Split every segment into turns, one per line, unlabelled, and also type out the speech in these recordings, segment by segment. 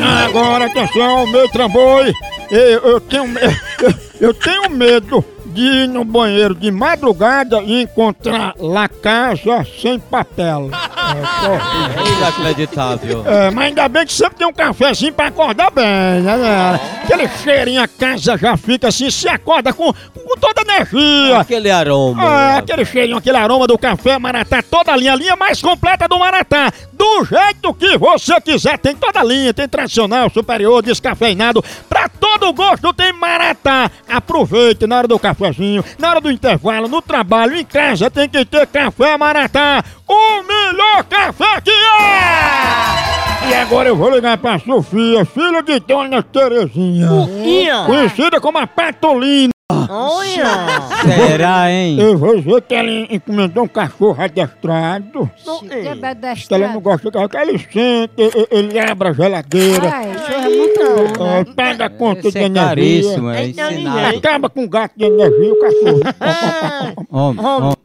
Ah, Agora, atenção, meu tramboi. Eu, eu tenho, me- eu tenho medo de ir no banheiro de madrugada e encontrar lá casa sem papel.
Inacreditável.
É, mas ainda bem que sempre tem um cafezinho pra acordar bem, né, galera? Aquele cheirinho, a casa já fica assim, se acorda com, com toda energia.
Aquele aroma.
É, aquele cheirinho, aquele aroma do café Maratá, toda a linha, a linha mais completa do Maratá. Do jeito que você quiser, tem toda a linha, tem tradicional, superior, descafeinado, pra todo gosto tem Maratá. Aproveite na hora do cafezinho, na hora do intervalo, no trabalho, em casa, tem que ter café Maratá. O melhor café que é! E agora eu vou ligar pra Sofia, filha de Dona Terezinha. Conhecida como a Patolina.
Olha!
Será, hein?
Eu vou ver que ela encomendou um cachorro adestrado.
Ei.
Que ela não gosta de cachorro, que ele senta, e- e- ele abre a geladeira,
Ai, isso é muito bom, né?
é, pega a conta
Isso
de
é
energia.
caríssimo, é
Ei, não,
ensinado.
ninguém.
Acaba com o gato de energia, o cachorro.
Ah,
Homem, homem.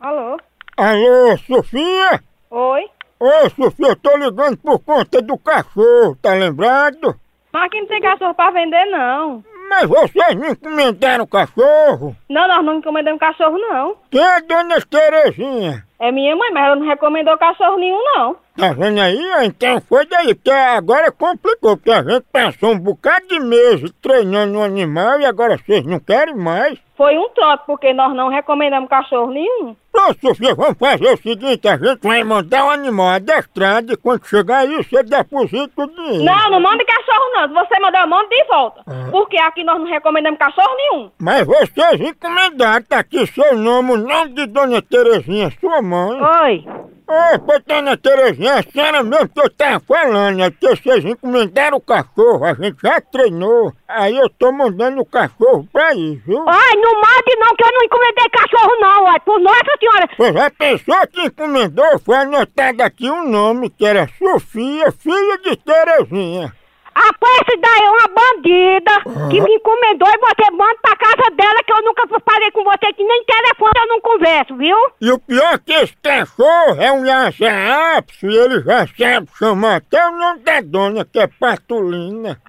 Alô?
Alô, Sofia?
Oi?
Ô, Sofia, eu tô ligando por conta do cachorro, tá lembrado?
Mas aqui não tem cachorro pra vender, não.
Mas vocês não encomendaram cachorro?
Não, nós não encomendamos cachorro, não.
Quem é a dona Terezinha?
É minha mãe, mas ela não recomendou cachorro nenhum, não.
Tá vendo aí? Então foi daí, porque agora complicou, porque a gente passou um bocado de meses treinando um animal e agora vocês não querem mais.
Foi um trote, porque nós não recomendamos cachorro nenhum.
Pronto, Sofia, vamos fazer o seguinte, a gente vai mandar um animal adestrado e quando chegar aí você deposita o dinheiro.
Não, não manda cachorro, não. Se você mandar, eu mando de volta. Porque aqui nós não recomendamos cachorro nenhum.
Mas vocês encomendaram, tá aqui seu nome, o nome de Dona Terezinha, sua mãe.
Oi.
Ô, pô, Dona Terezinha, a senhora mesmo que eu tava falando, é que vocês encomendaram o cachorro, a gente já treinou, aí eu tô mandando o cachorro pra ir, viu?
Ai, não mate não, que eu não encomendei cachorro, não. Ai, por nossa senhora.
Pois é, a pessoa que encomendou foi anotado aqui um nome, que era Sofia, filha de Terezinha.
A posse daí é uma bandida que me encomendou e você manda pra casa dela que eu nunca falei com você, que nem telefone eu não converso, viu?
E o pior é que esse cachorro é um lhasa apso e ele já sabe chamar até o nome da dona, que é Patulina.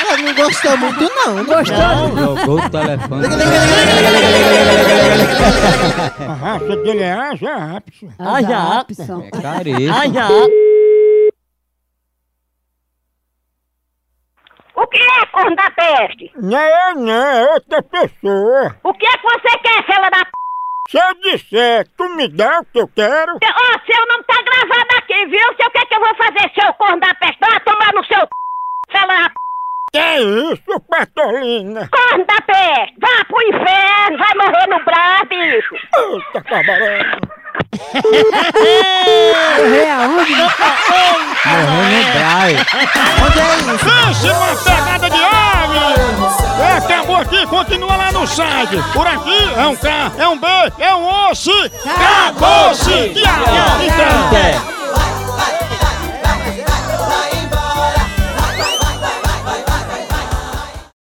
ela não gostou muito, não. Não gostou?
Jogou o telefone.
A raça dele é asa apso.
Ah, já.
É caríssimo.
Ah, já.
O que é, corno da peste?
Não é eu não, é outra pessoa.
O que é que você quer, fela da p...
Se eu disser, tu me dá o que eu quero?
Ó, seu nome tá gravado aqui, viu? Seu o que é que eu vou fazer, seu corno da peste? Vai tomar no seu p... fela da p...
Que isso, Patolina?
corno da peste! Vá pro inferno, vai morrer no braço, bicho!
Puta cabaré.
Morrendo no braio.
Onde é isso?
Pense uma pegada de homem! É, Acabou aqui, continua lá no site. Por aqui é um K, é um B, é um osso. Acabou-se! Tchau! Então.
É.